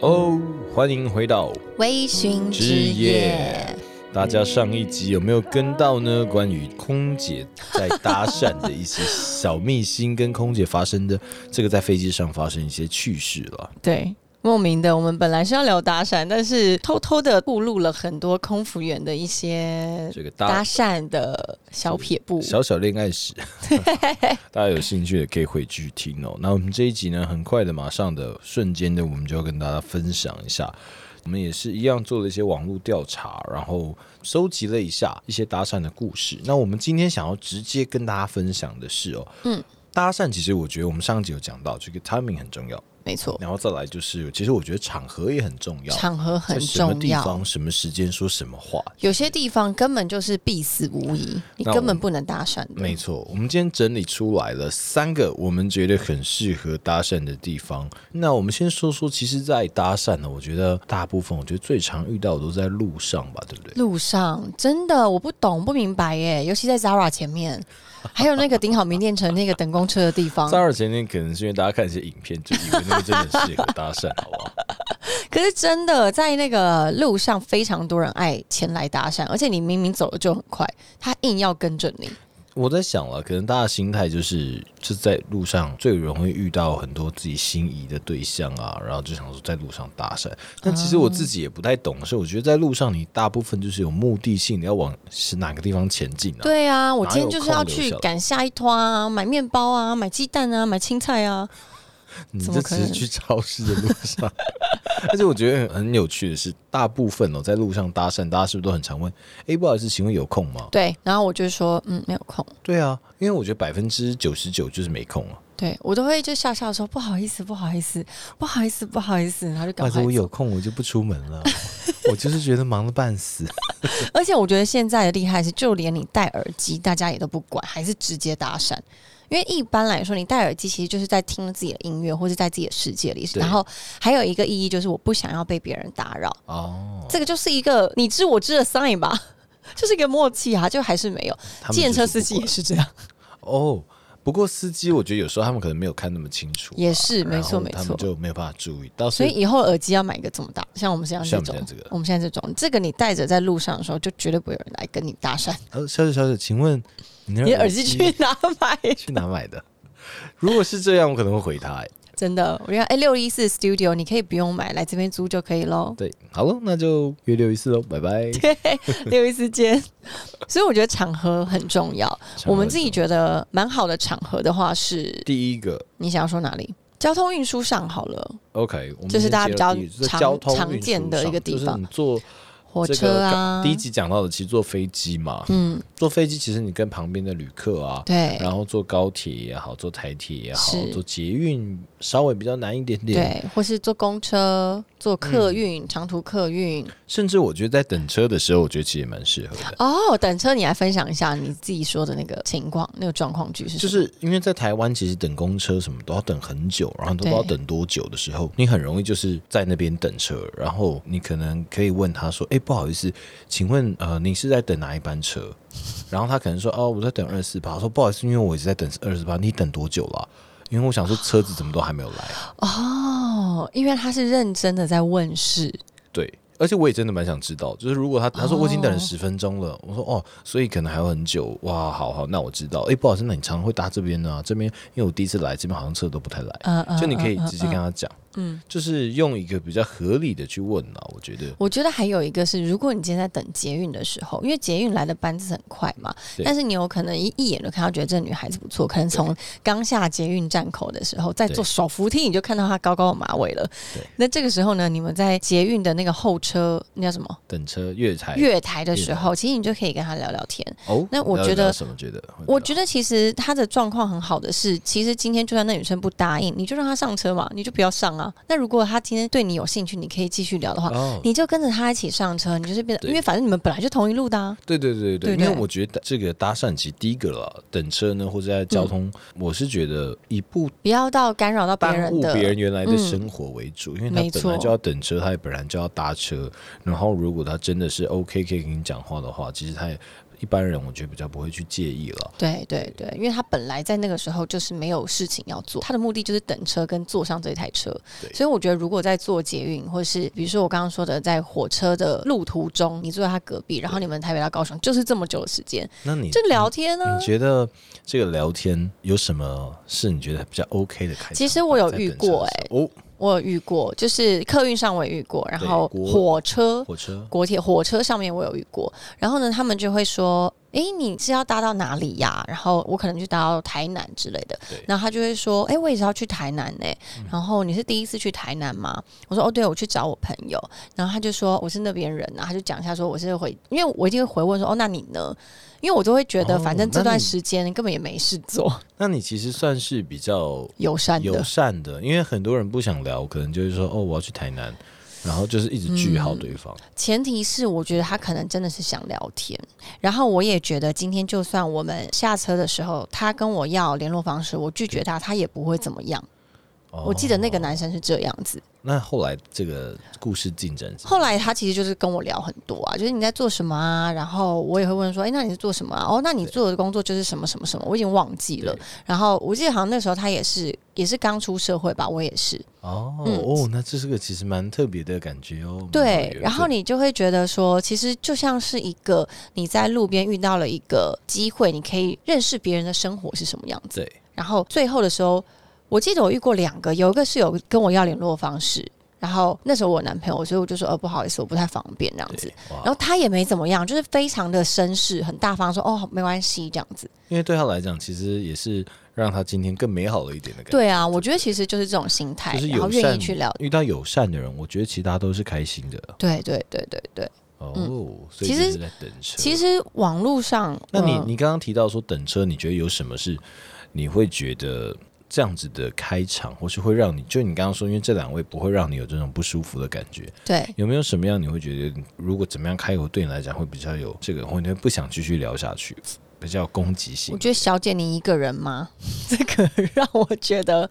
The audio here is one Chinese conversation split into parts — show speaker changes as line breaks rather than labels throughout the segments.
哦，欢迎回到
微醺之夜，
大家上一集有没有跟到呢？关于空姐在搭讪的一些小秘辛，跟空姐发生的这个在飞机上发生一些趣事了。
对。莫名的，我们本来是要聊搭讪，但是偷偷的暴露了很多空服员的一些
这个搭
搭讪的小撇步。
小小恋爱 史，大家有兴趣的可以回去听哦。那我们这一集呢，很快的，马上的瞬间的，我们就要跟大家分享一下。我们也是一样做了一些网络调查，然后收集了一下一些搭讪的故事。那我们今天想要直接跟大家分享的是哦，嗯，搭讪其实我觉得我们上集有讲到，这个 timing 很重要，
没错，
然后再来就是，其实我觉得场合也很重要，
场合很
在什么
重
地
要。
方、什么时间说什么话，
有些地方根本就是必死无疑，你
那我
根本不能搭讪的。
没错，我们今天整理出来了三个我们觉得很适合搭讪的地方。那我们先说说，其实，在搭讪呢，我觉得大部分我觉得最常遇到的都在路上吧，对不对？
路上真的我不懂不明白耶，尤其在 Zara 前面，还有那个顶好名店城那个等公车的地方
在。二前天可能是因为大家看一些影片，就以为那个真的很适合搭讪，好不好？
可是真的在那个路上，非常多人爱前来搭讪，而且你明明走的就很快，他硬要跟着你。
我在想了，可能大家心态就是是在路上最容易遇到很多自己心仪的对象啊，然后就想说在路上搭讪。但其实我自己也不太懂，是我觉得在路上你大部分就是有目的性，你要往是哪个地方前进啊？
对啊，我
哪
今
有
天就是
空
要
留
去
下来
赶下一团啊，买面包啊，买鸡蛋啊，买青菜啊。
你
怎
这
么可
只是
能
去超市的路上。 而且我觉得很有趣的是，大部分哦在路上搭讪，大家是不是都很常问？哎，不好意思，请问有空吗？
对，然后我就说，嗯，没有空。
对啊，因为我觉得百分之九十九就是没空啊。
对我都会就笑笑说不好意思，不好意思，不好意思，不好意思，然后就
或
赶
者
快
我
走。
有空我就不出门 了，我就是觉得忙得半死。
而且我觉得现在的厉害是，就连你戴耳机，大家也都不管，还是直接搭讪。因为一般来说，你戴耳机其实就是在听自己的音乐，或是在自己的世界里。
对
然后还有一个意义就是，我不想要被别人打扰。
哦，
这个就是一个你知我知的 sign 吧， 就是一个默契啊，就还是没有。
他们
计程
就
车
是
司
不
机
管
也是这样，
哦。不过司机，我觉得有时候他们可能没有看那么清楚啊，
也是
然
没错
后
没
他
错
们。就没有办法注意。到
所
所
以
以
以后耳机要买一个这么大，像我们现在这
像我
种
们，现在这个
我们现在这种，这个你戴着在路上的时候，就绝对不会有人来跟你 搭讪。
呃，小姐小姐，请问你那
你的耳机去哪买？
去哪买的？ 如果是这样，我可能会回他、哎。
真的，我觉得哎，六一四 Studio 你可以不用买，来这边租就可以喽
对，好了，那就约六一四喽，拜拜。
六一四见。 所以我觉得场合很重要。我们自己
得
觉得蛮好的场合的话是，
第一个
你想要说哪里？交通运输上好了，
OK，我们
就是大家
先
比较
接第一就是
常
交通
常
运输
见的
上
一个地
就是
方
你坐
火
这
车
个
啊，
第一集讲到的，其实坐飞机嘛，
嗯，
坐飞机其实你跟旁边的旅客啊，
对
然后坐高铁也好，坐台铁也好，
是
坐捷运稍微比较难一点点，
对，或是坐公车、坐客
嗯
运、长途客运。
甚至我觉得在等车的时候，我觉得其实也蛮适合的。
哦，等车你来分享一下你自己说的那个情况，那个状况剧是什
就
么？
是因为在台湾，其实等公车什么都要等很久，然后都不知道
对
等多久的时候，你很容易就是在那边等车，然后你可能可以问他说：“哎、不好意思，请问呃，你是在等哪一班车？”然后他可能说：“哦，我在等二四八。”说：“不好意思，因为我一直在等二四八，你等多久了啊、因为我想说车子怎么都还没有来。
哦，因为他是认真的在问事，
对，而且我也真的蛮想知道，就是如果他他说
哦
我已经等了十分钟了，我说哦，所以可能还要很久。哇，好好，那我知道。哎、不好意思，那你常常会搭这边呢、啊这边因为我第一次来，这边好像车都不太来。
嗯嗯，
就你可以
嗯
直接跟。
嗯嗯
他讲，
嗯，
就是用一个比较合理的去问啊，我觉得
我觉得还有一个是，如果你今天在等捷运的时候，因为捷运来的班次很快嘛，
对
但是你有可能一一眼就看到觉得这个女孩子不错，可能从刚下捷运站口的时候，在
对
坐手扶梯你就看到她高高的马尾了
对。
那这个时候呢，你们在捷运的那个候车那叫什么？
等车月哎台
月台的时候，其实你就可以跟他聊聊天。
哦。
那我
聊
觉得
聊什么觉得？
我觉得其实他的状况很好的是，其实今天就算那女生不答应，你就让她上车嘛，你就不要上啊。那如果她今天对你有兴趣，你可以继续聊的话，
哦，
你就跟着她一起上车，你就是变得，
对
因为反正你们本来就同一路的啊。
对对对对，
对
因为
对
我觉得这个搭讪其实第一个了，等车呢或者在交通，
嗯
我是觉得以不
不要到干扰到别
耽
人
误
的，
别人原来的生活为主，因为
嗯没
他
错
本来就要等车，他也本来就要搭车。然后如果他真的是 OK 可以跟你讲话的话，其实他也。一般人我觉得比较不会去介意了。
对对对，因为他本来在那个时候就是没有事情要做，他的目的就是等车跟坐上这台车
对。
所以我觉得，如果在坐捷运，或是比如说我刚刚说的，在火车的路途中，你坐在他隔壁，然后你们台北到高雄就是这么久的时间，
那你
就聊天呢、
你觉得这个聊天有什么是你觉得比较 OK 的开场？
其实我有遇过哎
在等车的时候哦
我有遇过，就是客运上我也遇过，然后
对国
火车
哦，火车
国铁火车上面我有遇过，然后呢，他们就会说：“诶，你是要搭到哪里呀、然后我可能就搭到台南之类的
对。嗯
然后他就会说：“诶，我也是要去台南呢、然后你是第一次去台南吗？我说：“哦，对，我去找我朋友。”然后他就说：“我是那边人啊。”他就讲一下说：“我是回，因为我一定会回问说：‘哦，那你呢？’因为我都会觉得，
哦
反正这
那
段
你
时间根本也没事做，
那你其实算是比较
友善
友
的。
善的，因为很多人不想聊，可能就是说哦，我要去台南，然后就是一直句号对方。
前提是我觉得他可能真的是想聊天，然后我也觉得今天就算我们下车的时候，他跟我要联络方式，我拒绝他，他也不会怎么样。
哦
嗯我记得那个，男生是这样子，
那后来这个故事进展是
后来他其实就是跟我聊很多啊，就是你在做什么啊，然后我也会问说，诶，那你是做什么啊？哦，那你做的工作就是什么什么什么，我已经忘记了
对。
然后我记得好像那时候他也是也是刚出社会吧，我也是，
哦、
嗯
哦，那这是个其实蛮特别的感觉哦。蛮有缘
对，
分
然后你就会觉得说，其实就像是一个你在路边遇到了一个机会，你可以认识别人的生活是什么样子。
对
然后最后的时候，我记得我遇过两个，有一个是有跟我要联络方式，然后那时候我有男朋友，所以我就说，呃，不好意思，我不太方便这样子
对。哇
然后他也没怎么样，就是非常的绅士，很大方，说哦没关系这样子。
因为对他来讲，其实也是让他今天更美好了一点的感觉。
对啊，我觉得其实就是这种心态，
就是
然后
友
愿
善
意去聊。
遇到友善的人，我觉得其他都是开心的
对对对对对，
哦。所以
嗯其实
就是在等车。
其实网络上，
那你
嗯
你刚刚提到说等车，你觉得有什么是你会觉得这样子的开场，或是会让你就你刚刚说，因为这两位不会让你有这种不舒服的感觉，
对
有没有什么样你会觉得如果怎么样开口对你来讲会比较有这个，或你会不想继续聊下去，比较有攻击性
我？觉得小姐你一个人吗？ 这个让我觉得，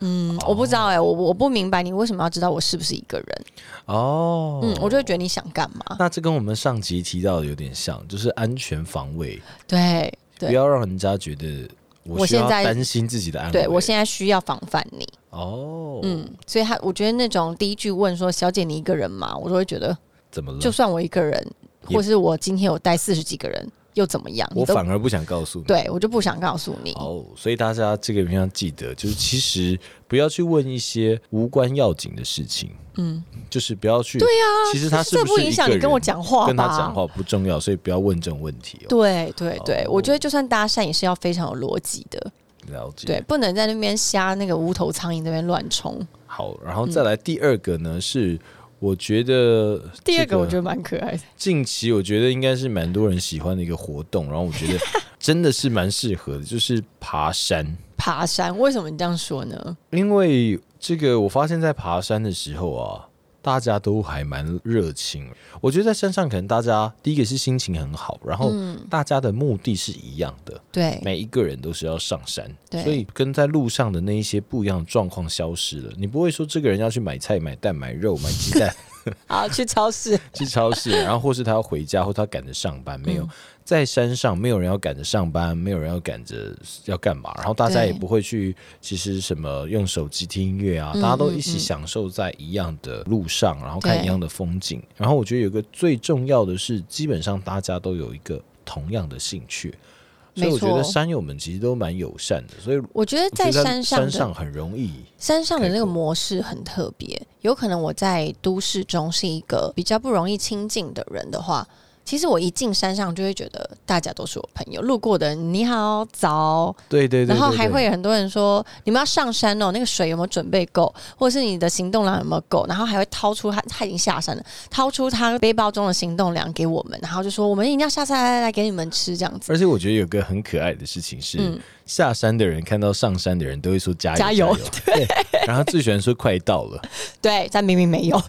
嗯，
哦
我不知道哎、我我不明白你为什么要知道我是不是一个人？
哦，
嗯，我就会觉得你想干嘛？
那这跟我们上集提到的有点像，就是安全防卫，
对对
不要让人家觉得
我
我需
现
要
在
担心自己的安危。
对，我现在需要防范你，
哦，
嗯，所以他我觉得那种第一句问说“小姐你一个人吗”，我都会觉得，
怎么了？
就算我一个人，
嗯也
或是我今天有带四十几个人又怎么样？
我
你都
反而不想告诉你。
对我就不想告诉你。
哦，所以大家这个一定要记得，就是其实不要去问一些无关要紧的事情，
嗯，啊
就是不要去。对呀、其实他是
这不
是
影
一
响
个
你跟我
人
讲话吧？
跟他讲话不重要，所以不要问这种问题哦。
对对对，
哦
我觉得就算搭讪也是要非常有逻辑的。
了解。
对，，不能在那边瞎那个无头苍蝇那边乱冲。
好，然后再来第二个呢、是。我觉得
第二
这
个我觉得蛮可爱的，
近期我觉得应该是蛮多人喜欢的一个活动，然后我觉得真的是蛮适合的，就是爬山。
爬山。为什么你这样说呢？
因为这个，我发现在爬山的时候啊，大家都还蛮热情。我觉得在山上，可能大家第一个是心情很好，然后大家的目的是一样的，
对
每一个人都是要上山，
对
所以跟在路上的那一些不一样的状况消失了。你不会说这个人要去买菜、买蛋、买肉、买鸡蛋，
好，去超市。
去超市， 然后或是他要回家，或他赶着上班，
嗯
没有、在山上，没有人要赶着上班，没有人要赶着要干嘛，然后大家
对
也不会去，其实什么用手机听音乐啊，
嗯
大家都一起享受在一样的路上，然后看
对
一样的风景，然后我觉得有个最重要的是，基本上大家都有一个同样的兴趣。所以我
没错
觉得山友们其实都蛮友善的，所以
我觉得
我觉
在
得
山上
山
的
上很容易
山上的那个模式很特别，有可能我在都市中是一个比较不容易亲近的人的话，其实我一进山上就会觉得大家都是我朋友，路过的人你好早，
对对对
然后
对
还
对
会有很多人说，你们要上山哦，那个水有没有准备够，或者是你的行动粮有没有够？然后还会掏出他他已经下山了，掏出他背包中的行动粮给我们，然后就说我们一定要下山来来来给你们吃这样子。
而且我觉得有个很可爱的事情是，
嗯
下山的人看到上山的人都会说加油
加油
对，然后他最喜欢说快到了，
对，但明明没有，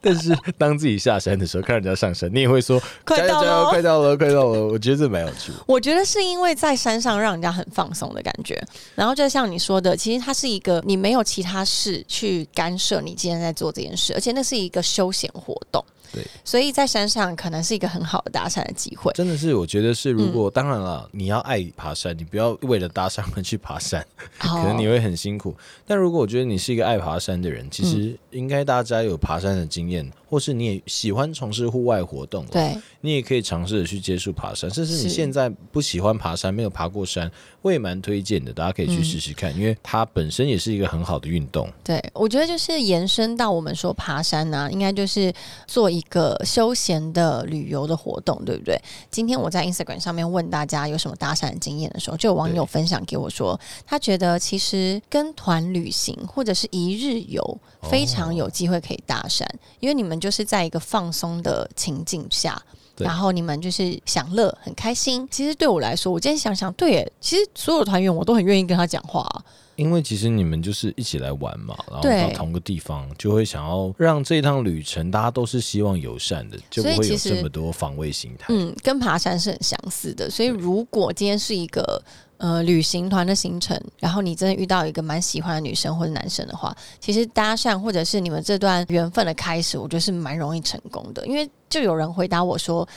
但是当自己下山的时候看人家上山，你也会说
快到
加油
了
加
哦
油，快到了，快到了。我觉得这蛮有趣的，
我觉得是因为在山上让人家很放松的感觉，然后就像你说的，其实它是一个你没有其他事去干涉你今天在做这件事，而且那是一个休闲活动。
对，
所以在山上可能是一个很好的搭讪的机会。
真的是我觉得是，如
嗯
果、当然了，你要爱爬山，你不要为了搭讪而去爬山，
可
可能你会很辛苦。但如果我觉得你是一个爱爬山的人，其实
嗯
应该大家有爬山的经验，或是你也喜欢从事户外活动，
对
你也可以尝试着去接触爬山。甚至
是
你现在不喜欢爬山，没有爬过山，我也蛮推荐的，大家可以去试试看，因为它本身也是一个很好的运动。
对，我觉得就是延伸到我们说爬山呢、应该就是做一个休闲的旅游的活动，对不对？今天我在 Instagram 上面问大家有什么搭讪经验的时候，就有网友分享给我说，他觉得其实跟团旅行或者是一日游非常有机会可以搭讪，因为你们就是在一个放松的情境下。
对
然后你们就是享乐，很开心。其实对我来说，我今天想想，对耶，其实所有团员我都很愿意跟他讲话、啊。
因为其实你们就是一起来玩嘛，然后
对
到同个地方，就会想要让这趟旅程大家都是希望友善的，就不
所
会
以
有
其实
这么多防卫心态。
嗯，跟爬山是很相似的。所以如果今天是一个呃旅行团的行程，然后你真的遇到一个蛮喜欢的女生或者男生的话，其实搭讪或者是你们这段缘分的开始，我觉得是蛮容易成功的。因为就有人回答我说。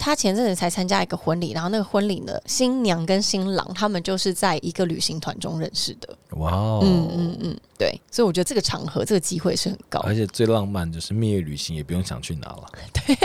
他前阵子才参加一个婚礼，然后那个婚礼呢，新娘跟新郎他们就是在一个旅行团中认识的。
哇哦！
嗯嗯嗯，对，所以我觉得这个场合、这个机会是很高的
而。且最浪漫就是蜜月旅行，也不用想去哪 了，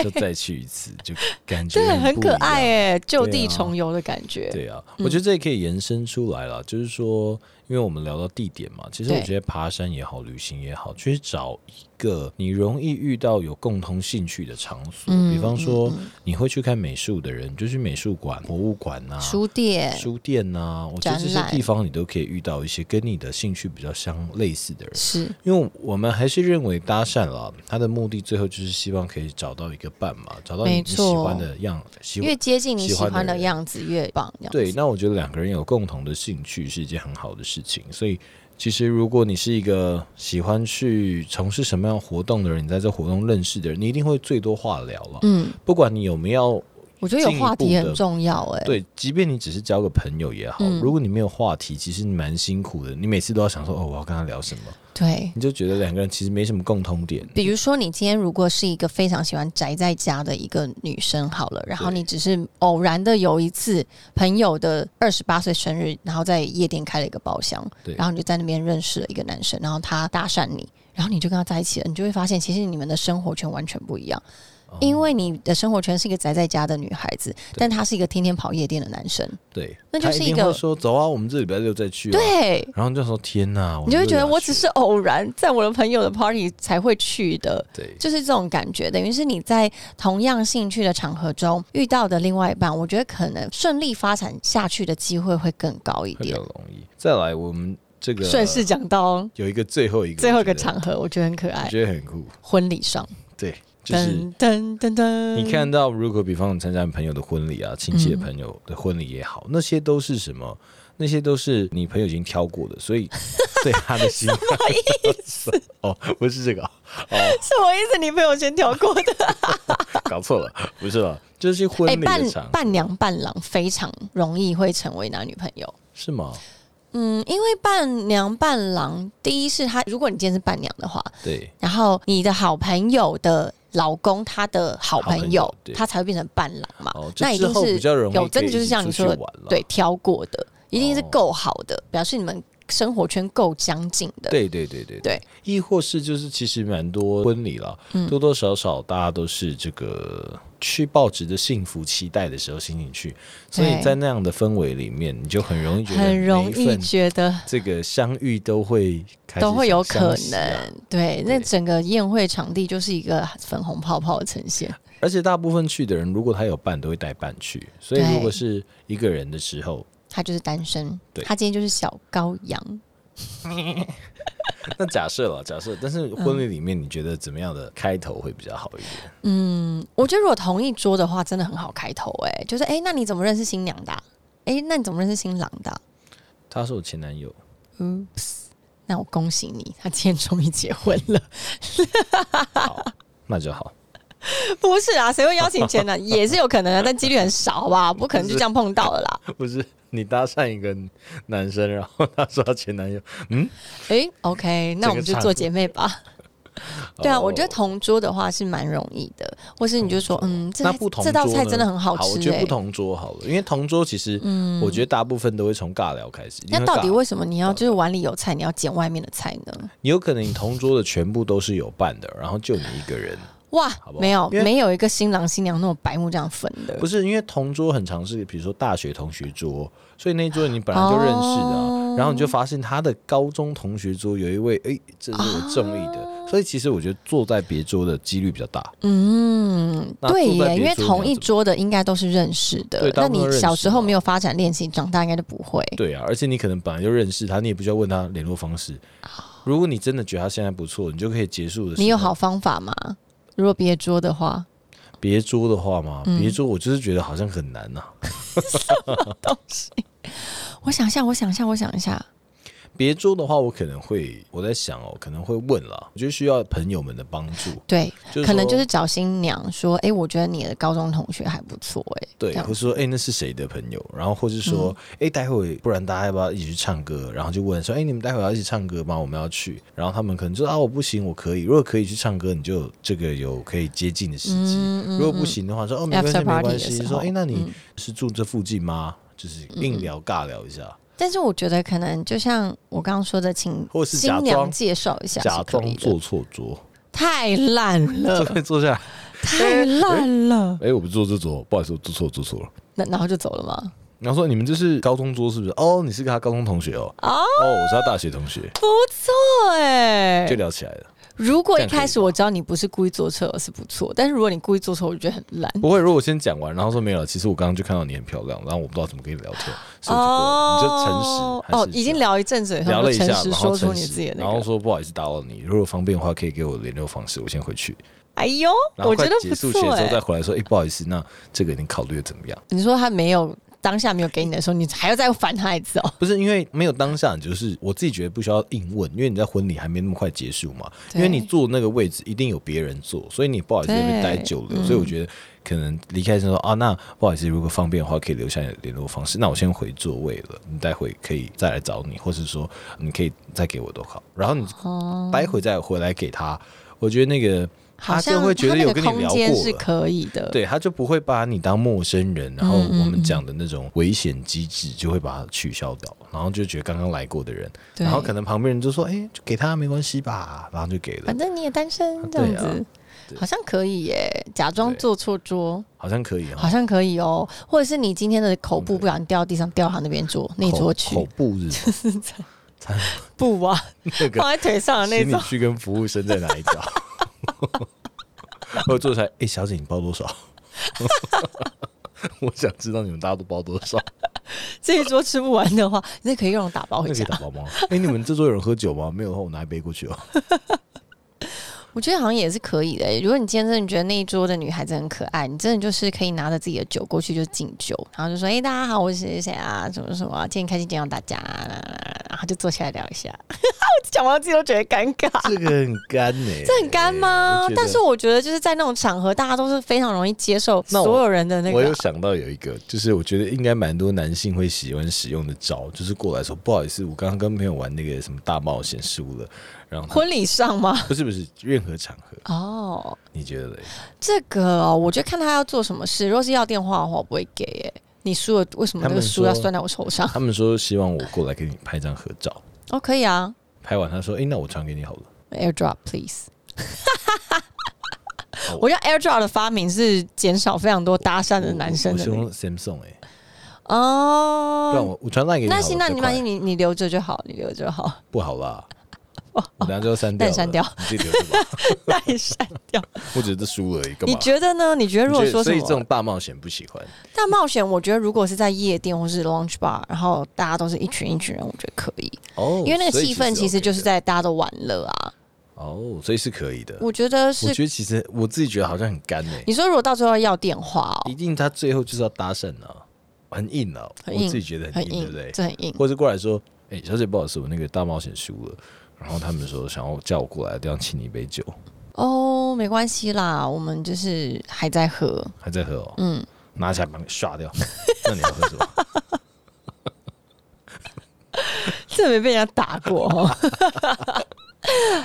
就再去一次，就感觉
对，很
不
可
一样
爱哎，就
对
地
啊
重游的感觉。嗯
对啊，我觉得这也可以延伸出来了，就是说，因为我们聊到地点嘛，其实我
对
觉得爬山也好，旅行也好，去找一个你容易遇到有共同兴趣的场所，
嗯
比方说、
嗯
你会去看美术的人，就去美术馆、博物馆呐、
书店、
啊书店呐、我觉得这些
展览
地方你都可以遇到一些跟你的兴趣比较相类似的人。
是
因为我们还是认为搭讪了，他的目的最后就是希望可以找到一个伴嘛，找到你
没
你喜
错
欢的样，喜欢
越接近你
喜
喜
欢的
欢的
人
样子越棒。这样
对，
子
那我觉得两个人有共同的兴趣是一件很好的事情，所以其实如果你是一个喜欢去从事什么样活动的人，你在这活动认识的人，你一定会最多话聊了。
嗯，
不管你有没有
我觉得有话
进一
题
步的
很重要哎、
对，即便你只是交个朋友也好，
嗯
如果你没有话题，其实你蛮辛苦的。你每次都要想说，哦，我要跟他聊什么，
对
你就觉得两个人其实没什么共通点。
比如说，你今天如果是一个非常喜欢宅在家的一个女生，好了，然后
对
你只是偶然的有一次朋友的二十八岁生日，然后在夜店开了一个包厢，
对
然后你就在那边认识了一个男生，然后他搭讪你，然后你就跟他在一起了，你就会发现其实你们的生活圈完全不一样，
哦
因为你的生活圈是一个宅在家的女孩子，但他是一个天天跑夜店的男生，
对，
那就
他
是
一
一
定会
个
说，走啊，我们这礼拜六再去、啊。，
对，
然后你就说，天哪，
你就会觉得
又要
我只
去
是偶然在我的朋友的 party 才会去的，
对
就是这种感觉。等于是你在同样兴趣的场合中遇到的另外一半，我觉得可能顺利发展下去的机会会更高一
会比
点
较。容易。再来，我们这个
顺势讲到
有一个最后一个
最后一
我觉
个
得
场合，我觉得很可
我
爱，
觉得很酷。
婚礼上，
对，就是
噔噔噔噔，
你看到，如果比方你参加朋友的婚礼啊，亲戚的朋友的婚礼也好，那些都是什么？那些都是你朋友已经挑过的，所以对他的 心 哦，不是这个哦，
什么意思？你朋友圈调过 的？哎
搞错了，不是吧？就是婚礼
伴
的场、
伴娘伴郎非常容易会成为男女朋友。
是吗？
嗯，因为伴娘伴郎，第一是他，如果你今天是伴娘的话，
对，
然后你的好朋友的老公，他的好
好
朋
朋
友
友，对
他才会变成伴郎嘛。
哦，就
那一
之
定
后
是
比较容易
有真
可
的
以
就是像你
出去
说的
玩了
对，挑过的，一定是
哦
够好的，表示你们生活圈够相近的。
对对对对
对，
亦或是就是其实蛮多婚礼啦，
嗯
多多少少大家都是这个去抱着的幸福期待的时候心情去，所以
对
在那样的氛围里面，你就很容易觉得
很容
每一
易
份
觉得
这个相遇都会开始
都会有可
相惜
能，
啊
对，那
对
整个宴会场地就是一个粉红泡泡的呈现，
而且大部分去的人，如果他有伴，都会带伴去。所以
对
如果是一个人的时候，
他就是单身
对，
他今天就是小羔羊，
那假设了，假设，但是婚礼里面，你觉得怎么样的开头会比较好一点？
我觉得如果同一桌的话，真的很好开头哎、就是哎、诶那你怎么认识新娘的啊、诶哎、那你怎么认识新郎的啊、
他是我前男友，
那我恭喜你，他今天终于结婚了。
好，那就好。
不是啊，谁会邀请前男？ 也是有可能的，啊但几率很少，好不 好？不可能就这样碰到了啦。
不是你搭讪一个男生，然后他说他前男友，
哎、o k 那我们就做姐妹吧。 对啊，
哦
我觉得同桌的话是蛮容易的，或是你就说，嗯，这
那
道
不同
这道
桌
菜
呢
真的很好
好，我
吃
觉得
哎、
不同桌好了，因为同桌其实，我觉得大部分都会哦从尬聊开始。因
那
为
到
尬
底为什么你要就是碗里有菜，你要捡外面的菜呢？
你有可能你同桌的全部都是有伴的，然后就你一个 人，
哇
不，好
没有
因为
没有一个新郎新娘那种白目这样分的
不，是因为同桌很常是，比如说大学同学桌，所以那一桌你本来就认识的啊、
哦
然后你就发现他的高中同学桌有一位，哎、这是我中意的、
哦
所以其实我觉得坐在别桌的几率比较大。
嗯，
那
对
坐在
耶，
别
因为
桌
同
你要
一
怎么
桌的应该都是认识的
对，
那
大部分
你
都认
小
识啊
时候
嘛
没有发展恋情，长大应该就不会。
对啊，而且你可能本来就认识他，你也不需要问他联络方式。如果你真的觉得他现在不错，你就可以结束的时候。
哦你有好方法吗？如果别桌的话，
别桌的话嘛，
嗯
别桌我就是觉得好像很难呐、
我想一下，我想一下，我想一下，
别桌的话，我可能会我在想哦，可能会问了，我觉得需要朋友们的帮 助，
对，
就是
可能
说
就是找新娘说，哎、我觉得你的高中同学还不错、哎，
对
这，样嗯
或是说哎、那是谁的朋友，然后或是说哎、待会不然大家要不要一起去唱歌？然后就问说哎、你们待会要一起唱歌吗？我们要去，然后他们可能就说啊我不行，我可以，如果可以去唱歌，你就有这个有可以接近的时机。
嗯嗯
如果不
嗯
行的话，说哦没关系
after
没
party
关
的
系，
时
说
候，
哎、那你
嗯
是住这附近吗？就是硬聊尬聊一下，
但是我觉得可能就像我刚刚说的，请
或是假
新娘
装
介绍一下是
假
可
装
以的
坐错 桌，
太烂
坐
了，
坐下来，
太烂了，
哎、我不坐这桌，不好意思，我坐错坐错了。
那然后就走了吗？
然后说你们这是高中桌是不是？哦，你是跟他高中同学哦，
哦，
哦，我是他大学同学，
不错哎、
就聊起来了。
如果一
这样可以
开始我知道你不是故意坐错是不错，但是如果你故意坐错，我就觉得很烂。
不会，如果我先讲完，然后说没有了，其实我刚刚就看到你很漂亮，然后我不知道怎么跟你聊天，所以我就过了。你就诚实还是
哦，已经聊一阵子以后，
聊了一下，
就
然
诚实
后
说出
诚
你自己
实
的，那
然后
个。
说不好意思打扰你，如果方便的话可以给我联络方式，我先回去。
哎呦，
然后
我觉
快
得
结
不
束前
错
的时
哎、
候再回来说，哎、不好意思，那这个你考虑的怎么样？
你说他没有当下没有给你的时候，你还要再烦他一次哦。
不是因为没有当下，就是我自己觉得不需要硬问，因为你在婚礼还没那么快结束嘛。因
对
为你坐那个位置一定有别人坐，所以你不好意思在那边待久
对
了，所以我觉得可能离开的时候啊，那不好意思，如果方便的话可以留下你的联络方式，那我先回座位了，你待会可以再来找你，或是说嗯你可以再给我都好，然后你
哦，
待会再回来给他，我觉得那个
好
他就
像
会觉得有
他那个
跟你
空
聊
间
过
是
了。
可以的。，
对，他就不会把你当陌生人，然后
嗯嗯
我们讲的那种危险机制就会把它取消掉，然后就觉得刚刚来过的人，
对
然后可能旁边人就说：“哎、就给他没关系吧。”然后就给了
反，正你也单身这
对啊
样子。
对
好像可以耶，假装
对
坐错桌，
好像可以哦。
好像可以哦。或者是你今天的口部
对
不小心掉地上，掉到他那边桌那
口
桌去
口，部是 什么
不啊，
那个
放在腿上的那
行李
种。
区跟服务生在哪里找？我坐下来，哎、小姐，你包多少？ 我想知道你们大家都包多 少，
这一桌吃不完的话，那可以用打包
那
回
可以
家。
打包吗？哎、你们这桌有人喝酒吗？没有的话，我拿一杯过去哦。
我觉得好像也是可以的欸、如果你今天真的觉得那一桌的女孩子很可爱，你真的就是可以拿着自己的酒过去就敬酒，然后就说：“哎、大家好，我是谁谁谁啊，什么什么啊，今天开心见到大家。”然后就坐下来聊 一下。我讲完自己都觉得尴尬，
这个很干呢、
这很干吗
我觉？得
但是我觉得就是在那种场合，大家都是非常容易接受
那我
所有人的那
我有
个。
想到有一个，就是我觉得应该蛮多男性会喜欢使用的招，就是过来说不好意思，我刚刚跟朋友玩那个什么大冒险输了，然后他
婚礼上吗？
不是不是任何场合，
哦，
你觉得嘞？
这个哦，我就看他要做什么事。如果是要电话的话，我不会给、欸。你输了，为什么
他
那个
们
输要
说
算在我手上？
他们说希望我过来给你拍张合照，
哦，可以啊
拍完他说，哎、那我传给你好了。
，AirDrop please
哦。
我觉得 AirDrop 的发明是减少非常多搭讪的男生
我
的
是
那个
用 Samsung 哎、不然
哦。
我我传赖给你好
那
了。
行，那
比较
你
快
万一你你留着就好，你留着就好，
不好啦，我等下就要删掉
哦那
了，
你删掉
你自己留着吧。
那也删掉。
我只是输了而已，干
你
嘛？
觉得呢？你觉得如果
你觉得
说什
所以这种
么
大冒险不喜欢，
大冒险，我觉得如果是在夜店或是 lounge bar，然后大家都是一群一群人，我觉得可以，
哦，
因为那个
所以
气氛其实
OK
就是
的
在大家都玩乐啊。
哦，所以是可以的。
我觉得
我
是，
觉得其实我自己觉得好像很干哎、
你说如果到最后要电话哦，
一定他最后就是要搭讪啊，很硬啊，
很硬
我自己觉得很
很
硬，对不
硬
对，？
这很硬。
或者过来说，哎、小姐不好意思，我那个大冒险输了，然后他们说想要叫我过来，一定要请你一杯酒，
哦，没关系啦，我们就是还在喝。
还在喝哦，
嗯，
拿起来把你刷掉，那你要喝什 么？
这没被人家打过哦。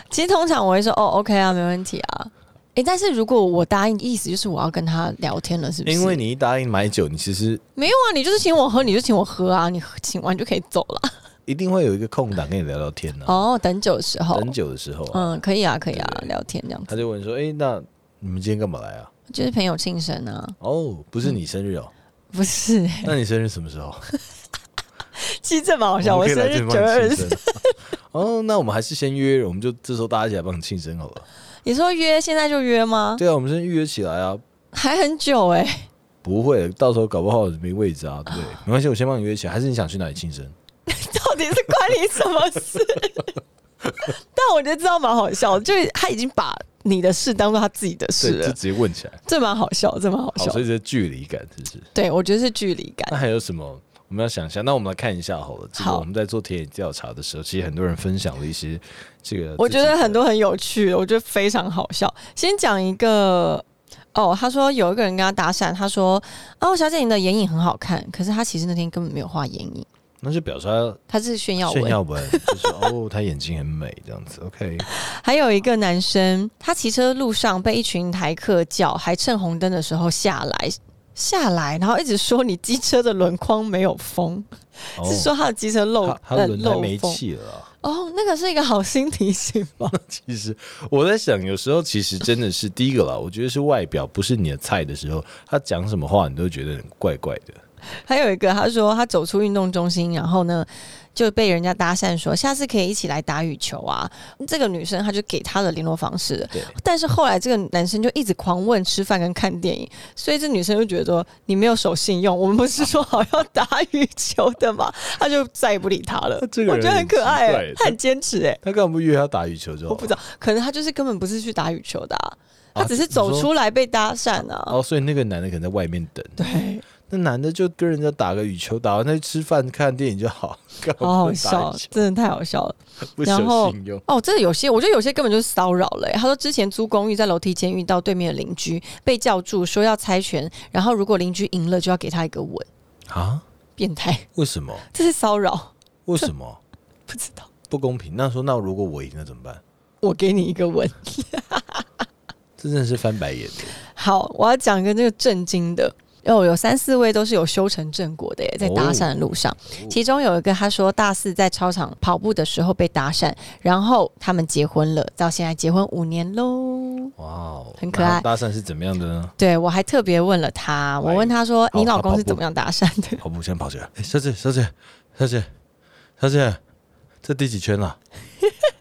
其实通常我会说哦，OK 啊，没问题啊。诶，但是如果我答应，意思就是我要跟他聊天了，是不是？
因为你一答应买酒，你其实
没有啊，你就是请我喝，你就请我喝啊，你喝请完就可以走了。
一定会有一个空档跟你聊聊天呢、
哦，等酒的时候，
很久的时候啊、
嗯，可以啊，可以啊，聊天这样
他
子，
就问说：“哎、那你们今天干嘛来啊
就是朋友庆生啊，？”
哦，不是你生日哦，
不是、
那你生日什么时候？
其实这蛮好笑，
我
我
们可以
生
来
日
这边
九月
帮
二
你庆
十，
生。 哦，那我们还是先约，我们就这时候大家一起来帮你庆生好了。
你说约现在就约吗？
对啊，我们先预约起来啊。
还很久哎、
不会，到时候搞不好没位置啊，对不对？没关系，我先帮你约起来。还是你想去哪里庆生？
到底是关你什么事？ 但我觉得这样蛮好笑的，就是他已经把你的事当做他自己的
对，
事
就
了，
直接问起来。
这蛮好笑，这蛮好
好，
笑
所。以呃这距离感是不是？
对，我觉得是距离
那
感。
还有什么？我们要想一下，那我们来看一下好了。这个
好
我们在做田野调查的时候，其实很多人分享了一些这个，
我觉得很多很有趣，我觉得非常好笑。先讲一个哦，他说有一个人跟他搭讪，他说：“哦，小姐，你的眼影很好看。”可是他其实那天根本没有画眼影，
那就表示他
他是炫耀
炫
文。
耀文，就是哦，他眼睛很美这样子。OK，
还有一个男生，他骑车路上被一群台客叫，还趁红灯的时候下来。下来，然后一直说你机车的轮框没有风，
哦
是说他的机车漏
他哦他
呃
轮胎
漏
没
风
气了啊。
哦，那个是一个好心提醒 吧？
其实我在想，有时候其实真的是第一个啦，我觉得是外表不是你的菜的时候，他讲什么话你都觉得很怪怪的。
还有一个，他说他走出运动中心，然后呢就被人家搭讪说下次可以一起来打羽球啊。这个女生她就给他的联络方式了，
对，
但是后来这个男生就一直狂问吃饭跟看电影，所以这女生就觉得说你没有守信用，我们不是说好要打羽球的 吗？她就再也不理他了。
这个人
我觉得很可
很
爱、
奇怪
欸，他很坚持哎、
他干嘛不约他打羽球就好了？
我不知道，可能他就是根本不是去打羽球的、啊，
啊
他只是走
你说
出来被搭讪啊。
哦，所以那个男的可能在外面等，
对，
那男的就跟人家打个羽球，打完再去吃饭看电影就好， 干嘛
好好
不哦打
笑
羽，球
真的太好笑了。
不
然
守
后
信用。
哦，真的有些，我觉得有些根本就是骚扰了欸、他说之前租公寓在楼梯间遇到对面的邻居，被叫住说要猜拳，然后如果邻居赢了就要给他一个吻，
啊？
变态，
为什么？
这是骚扰，
为什么
不知道。
不公平？那说那如果我赢了怎么办？
我给你一个吻。
这真的是翻白眼的。
好，我要讲一个这个震惊的。哦，有三四位都是有修成正果的耶，
哦
在搭讪的路上，其中有一个他说大四在操场跑步的时候被搭讪，然后他们结婚了，到现在结婚五年喽。
哇哦，
很可爱
然后搭讪是怎么样的呢？
对我还特别问了他，我问他说：“
哎
你老
跑
公
跑
是
步
怎么样搭讪的？”
跑步先跑起来。哎，小姐，小姐，小姐，小姐，这第几圈了？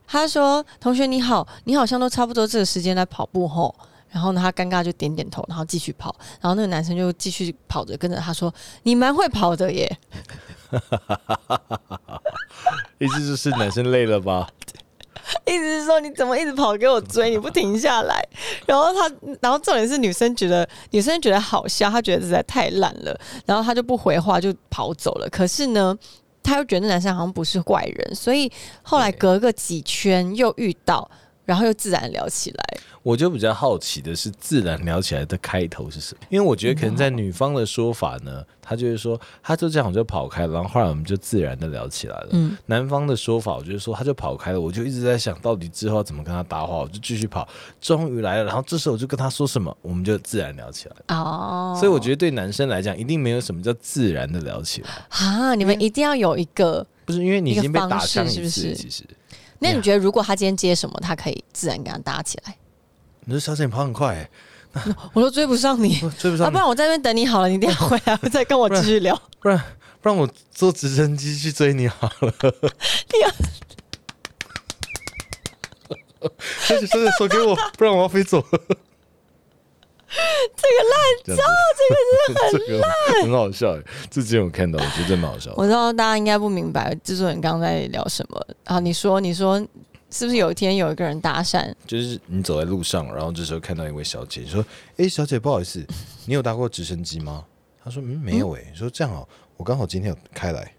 他说：“同学你好，你好像都差不多这个时间来跑步吼。”然后呢，他尴尬就点点头，然后继续跑。然后那个男生就继续跑着跟着他说：“你蛮会跑的耶。
意思就是男生累了吧？”
意思是说你怎么一直跑给我追，你不停下来。然后他，然后重点是女生觉得女生觉得好笑，她觉得实在太烂了，然后她就不回话就跑走了。可是呢。她又觉得那男生好像不是怪人，所以后来
对
隔个几圈又遇到，然后又自然聊起来。
我就比较好奇的是，自然聊起来的开头是什么？嗯因为我觉得可能在女方的说法呢，她就是说，她就这样我就跑开了，然后后来我们就自然的聊起来了。
嗯
男方的说法，我就是说，他就跑开了，我就一直在想到底之后要怎么跟他搭话，我就继续跑，终于来了，然后这时候我就跟他说什么，我们就自然聊起来了。
哦
所以我觉得对男生来讲，一定没有什么叫自然的聊起来，
啊，你们一定要有一个。
不是因为你已经被
一个
打
方式
伤一
是
次
不
了，
是
其实
那你
Yeah
觉得，如果他今天接什么，他可以自然跟他搭起来？
你说小姐你跑很快、欸，
我都追不上你，
我追不上
啊，不
你，
然我在那边等你好了，你一定要回来再跟我继续聊。
不然不然我坐直升机去追你好 了。小姐，小姐，手给我，不然我要飞 走了。这个烂招，这个真的很很好笑欸。这之前我看到，我觉得真蛮好笑的。
我知道大家应该不明白制作人刚刚在聊什么啊？你说，你说，是不是有一天有一个人搭讪？
就是你走在路上，然后这时候看到一位小姐，你说：“哎、小姐，不好意思，你有搭过直升机吗？”她说：“嗯，没有哎、说：“这样哦，我刚好今天有开来。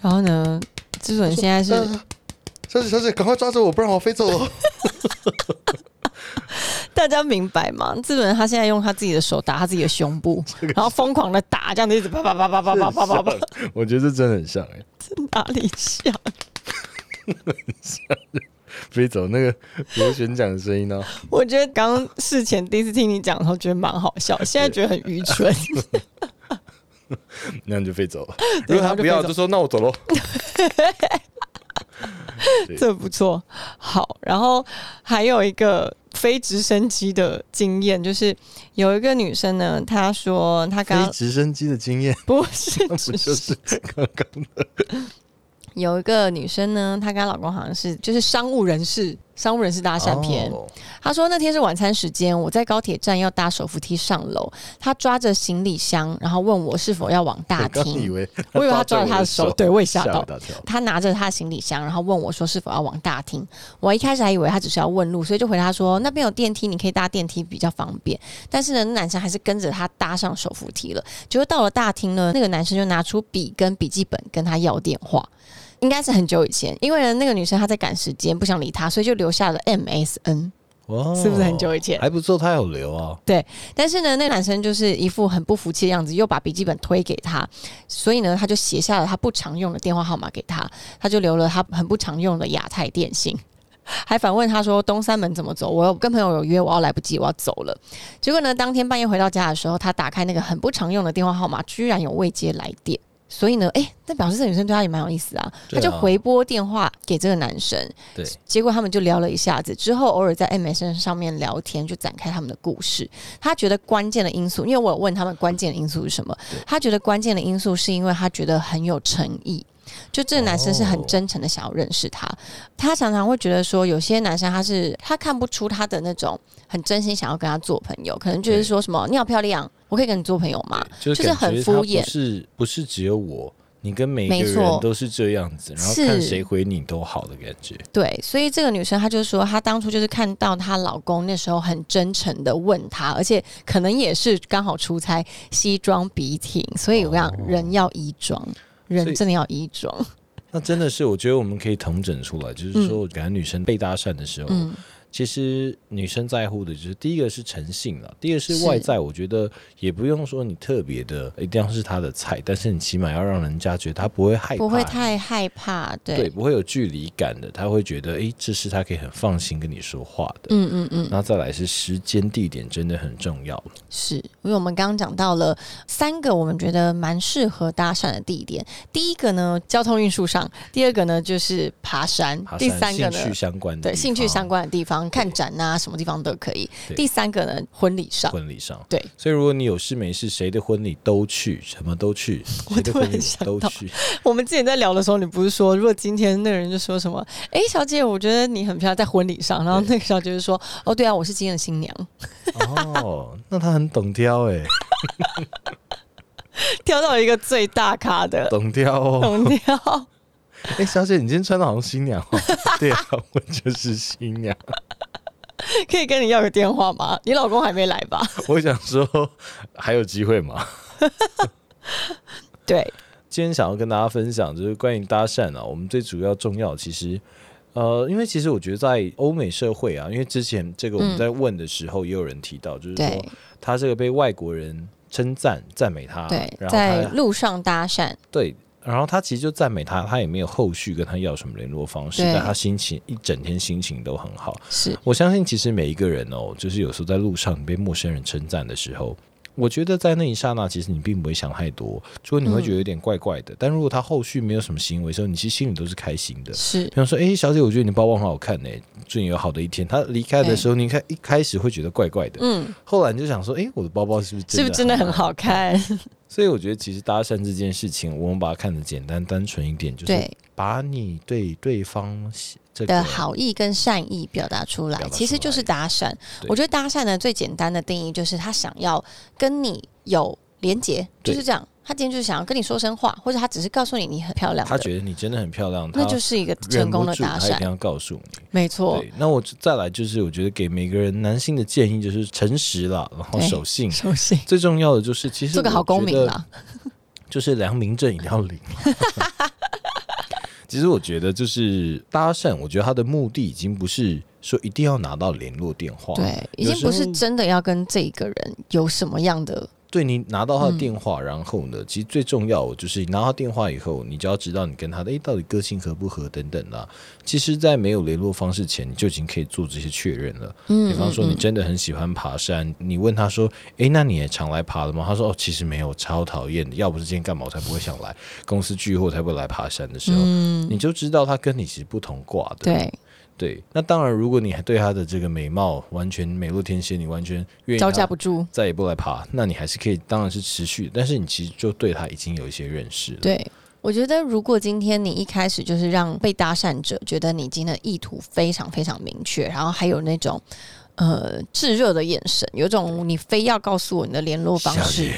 然后呢，制作人现在是
啊小姐，小姐，赶快抓着我，不然我飞走了。
大家明白吗？制作人他现在用他自己的手打他自己的胸部，然后疯狂的打，这样子一直啪啪啪啪啪啪啪啪啪，
欸我觉得这真的很像哎、
哪里像？
飞走那个螺旋桨的声音呢、
我觉得刚刚事前第一次听你讲的时候，觉得蛮好 笑，现在觉得很愚 蠢。
那你就飞走了。
对
如果
然
他
后就
不要，
飞走
就说那我走喽。
这不错。好，然后还有一个非直升机的经验，就是有一个女生呢，她说她
飞
刚
直升机的经验，
不是
那不
直
就
升
是刚刚的？
有一个女生呢，她跟她老公好像是就是商务人士，商务人士搭讪片。
哦
她说那天是晚餐时间，我在高铁站要搭手扶梯上楼，她抓着行李箱，然后问我是否要往大
我刚以
厅。
为
我以为她抓着
我
她的手，对我也吓
我
到
一。大跳。
他拿着他的行李箱，然后问我说是否要往大厅。我一开始还以为他只是要问路，所以就回答说那边有电梯，你可以搭电梯比较方便。但是呢，那男生还是跟着他搭上手扶梯了。结果到了大厅呢，那个男生就拿出笔跟笔记本跟他要电话。应该是很久以前，因为呢，那个女生她在赶时间，不想理他，所以就留下了 MSN，
哇
是不是很久以前？
还不错，他有留啊。
但是呢，那个男生就是一副很不服气的样子，又把笔记本推给他，所以呢，他就写下了他不常用的电话号码给他，他就留了他很不常用的亚太电信。 还反问他说：“东三门怎么走？我有跟朋友有约，我要来不及，我要走了。”结果呢，当天半夜回到家的时候，他打开那个很不常用的电话号码，居然有未接来电。所以呢，诶，那表示这女生对他也蛮有意思啊，
对
他
啊
就回拨电话给这个男生，
对，
结果他们就聊了一下子，之后偶尔在 MSN 上面聊天，就展开他们的故事。他觉得关键的因素，因为我有问他们关键的因素是什么，他觉得关键的因素是因为他觉得很有诚意。就这个男生是很
哦
真诚的想要认识他，他常常会觉得说，有些男生他是他看不出他的那种很真心想要跟他做朋友，可能就是
对
说什么你好漂亮，我可以跟你做朋友吗？
就是
就是
感觉
很敷衍
他不是不是只有我，你跟每一
没
个
错
人都是这样子，然后
是
看谁回你都好的感觉。
对，所以这个女生她就说，她当初就是看到她老公那时候很真诚的问她，而且可能也是刚好出差，西装笔挺，所以我讲、人要衣装，人
哦所以
真的要衣装，
那真的是，我觉得我们可以统整出来，就是说，感觉女生被搭讪的时候，
嗯，
其实女生在乎的就是第一个是诚信了，第二个是
是
外在。我觉得也不用说你特别的一定要是她的菜，但是你起码要让人家觉得她不会害怕，
不会太害怕，对，
对，不会有距离感的，她会觉得诶，这是她可以很放心跟你说话的。
嗯嗯嗯，
那再来是时间地点真的很重要，
是因为我们刚刚讲到了三个我们觉得蛮适合搭讪的地点，第一个呢交通运输上，第二个呢就是爬山，
爬
第
山
三个呢
兴趣相关的
对
地
兴趣
方
相关的地方，看展啊什么地方都可以，
对
第三个呢婚礼上。
婚礼上。
对，
所以如果你有事没事，谁的婚礼都去，什么都 去，谁的
突然
婚礼
想
都
到
去。
我们之前在聊的时候，你不是说，如果今天那个人就说什么，哎、小姐，我觉得你很漂亮，在婚礼上，然后那个小姐就说，哦，对啊，我是今天的新娘，
哦，那他很懂挑哎、
挑到一个最大咖的，
懂挑哦。
懂掉。
哎、小姐，你今天穿的好像新娘哦。对啊，我就是新娘。
可以跟你要个电话吗？你老公还没来吧？
我想说，还有机会吗？
对，
今天想要跟大家分享，就是关于搭讪啊，我们最主要重要其实。呃，因为其实我觉得在欧美社会啊，因为之前这个我们在问的时候，也有人提到，就是说
嗯对
他这个被外国人称赞赞美他，
对，
然后
在
他
路上搭讪，
对，然后他其实就赞美他，他也没有后续跟他要什么联络方式，
对
但他心情一整天心情都很好。
是
我相信其实每一个人哦，就是有时候在路上你被陌生人称赞的时候。我觉得在那一刹那，其实你并不会想太多，除了你会
嗯
觉得有点怪怪的。但如果他后续没有什么行为的时候，你其实心里都是开心的。
是
比，方说，哎、小姐，我觉得你包包很好看呢、祝你有好的一天。他离开的时候，你看一开始会觉得怪怪的，
嗯，
后来你就想说，哎、我的包包是不是
是不是真的很好看？
所以我觉得，其实搭讪这件事情，我们把它看得简单单纯一点，就是
对
把你对对方喜这个
的好意跟善意表达出来
表，达
其实
出
就是
来
搭讪。
对
我觉得搭讪呢最简单的定义就是他想要跟你有连结，就
对
是这样。他今天就是想要跟你说声话，或者他只是告诉你你很漂亮的，
他觉得你真的很漂亮，
那
他
就是一个成
忍不
功的
住，
搭
他一定
讪。
要告诉你。
没错，
对，那我再来就是，我觉得给每个人男性的建议就是诚实啦，然后
对
守信。
首先
最重要的就是，其实
做个好公民啊
了。
啦。
就是良民证一定要领。 其实我觉得，就是搭讪，我觉得他的目的已经不是说一定要拿到联络电话，
对，已
有
经
时
不是
候
真的要跟这一个人有什么样的
对你拿到他的
嗯
电话，然后呢，其实最重要就是你拿到电话以后，你就要知道你跟他的诶到底个性合不合等等啦、其实，在没有联络方式前，你就已经可以做这些确认了。
嗯
比方说，你真的很喜欢爬山，你问他说：“诶，那你也常来爬的吗？”他说：“哦，其实没有，超讨厌的。要不是今天干嘛，我才不会想来。公司聚会我才不会来爬山的时候，
嗯，
你就知道他跟你其实不同挂的。
对，
对，那当然，如果你还对他的这个美貌完全美若天仙，你完全愿意
招
他
架不住，
再也不来爬，那你还是可以，当然是持续，但是你其实就对他已经有一些认识了。
对。我觉得，如果今天你一开始就是让被搭讪者觉得你今天的意图非常非常明确，然后还有那种呃炙热的眼神，有种你非要告诉我你的联络方
小
式
姐，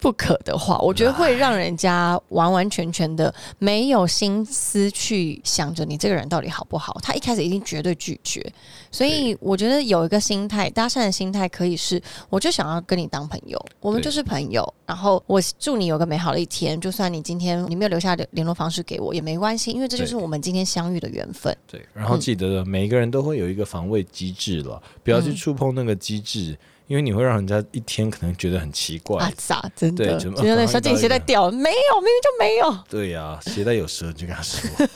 不可的话，我觉得会让人家完完全全的没有心思去想着你这个人到底好不好。他一开始一定绝对拒绝，所以我觉得有一个心态，搭讪的心态可以是，我就想要跟你当朋友，我们
对
就是朋友。然后我祝你有个美好的一天，就算你今天你没有留下联联络方式给我也没关系，因为这就是
对
我们今天相遇的缘分。
对，然后记得、每一个人都会有一个防卫机制了，不要去触碰那个机制，因为你会让人家一天可能觉得很奇怪。
啊，咋真的？
对
就
就是
那小姐你鞋带掉了，没有，明明就没有。
对呀、鞋带有蛇，你就跟他说。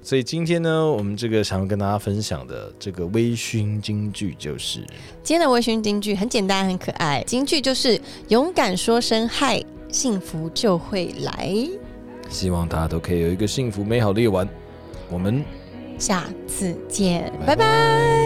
所以今天呢，我们这个想要跟大家分享的这个微醺金句就是，
今天的微醺金句很简单，很可爱。金句就是勇敢说声嗨，幸福就会来。
希望大家都可以有一个幸福美好的夜晚。我们
下次见，拜
拜
拜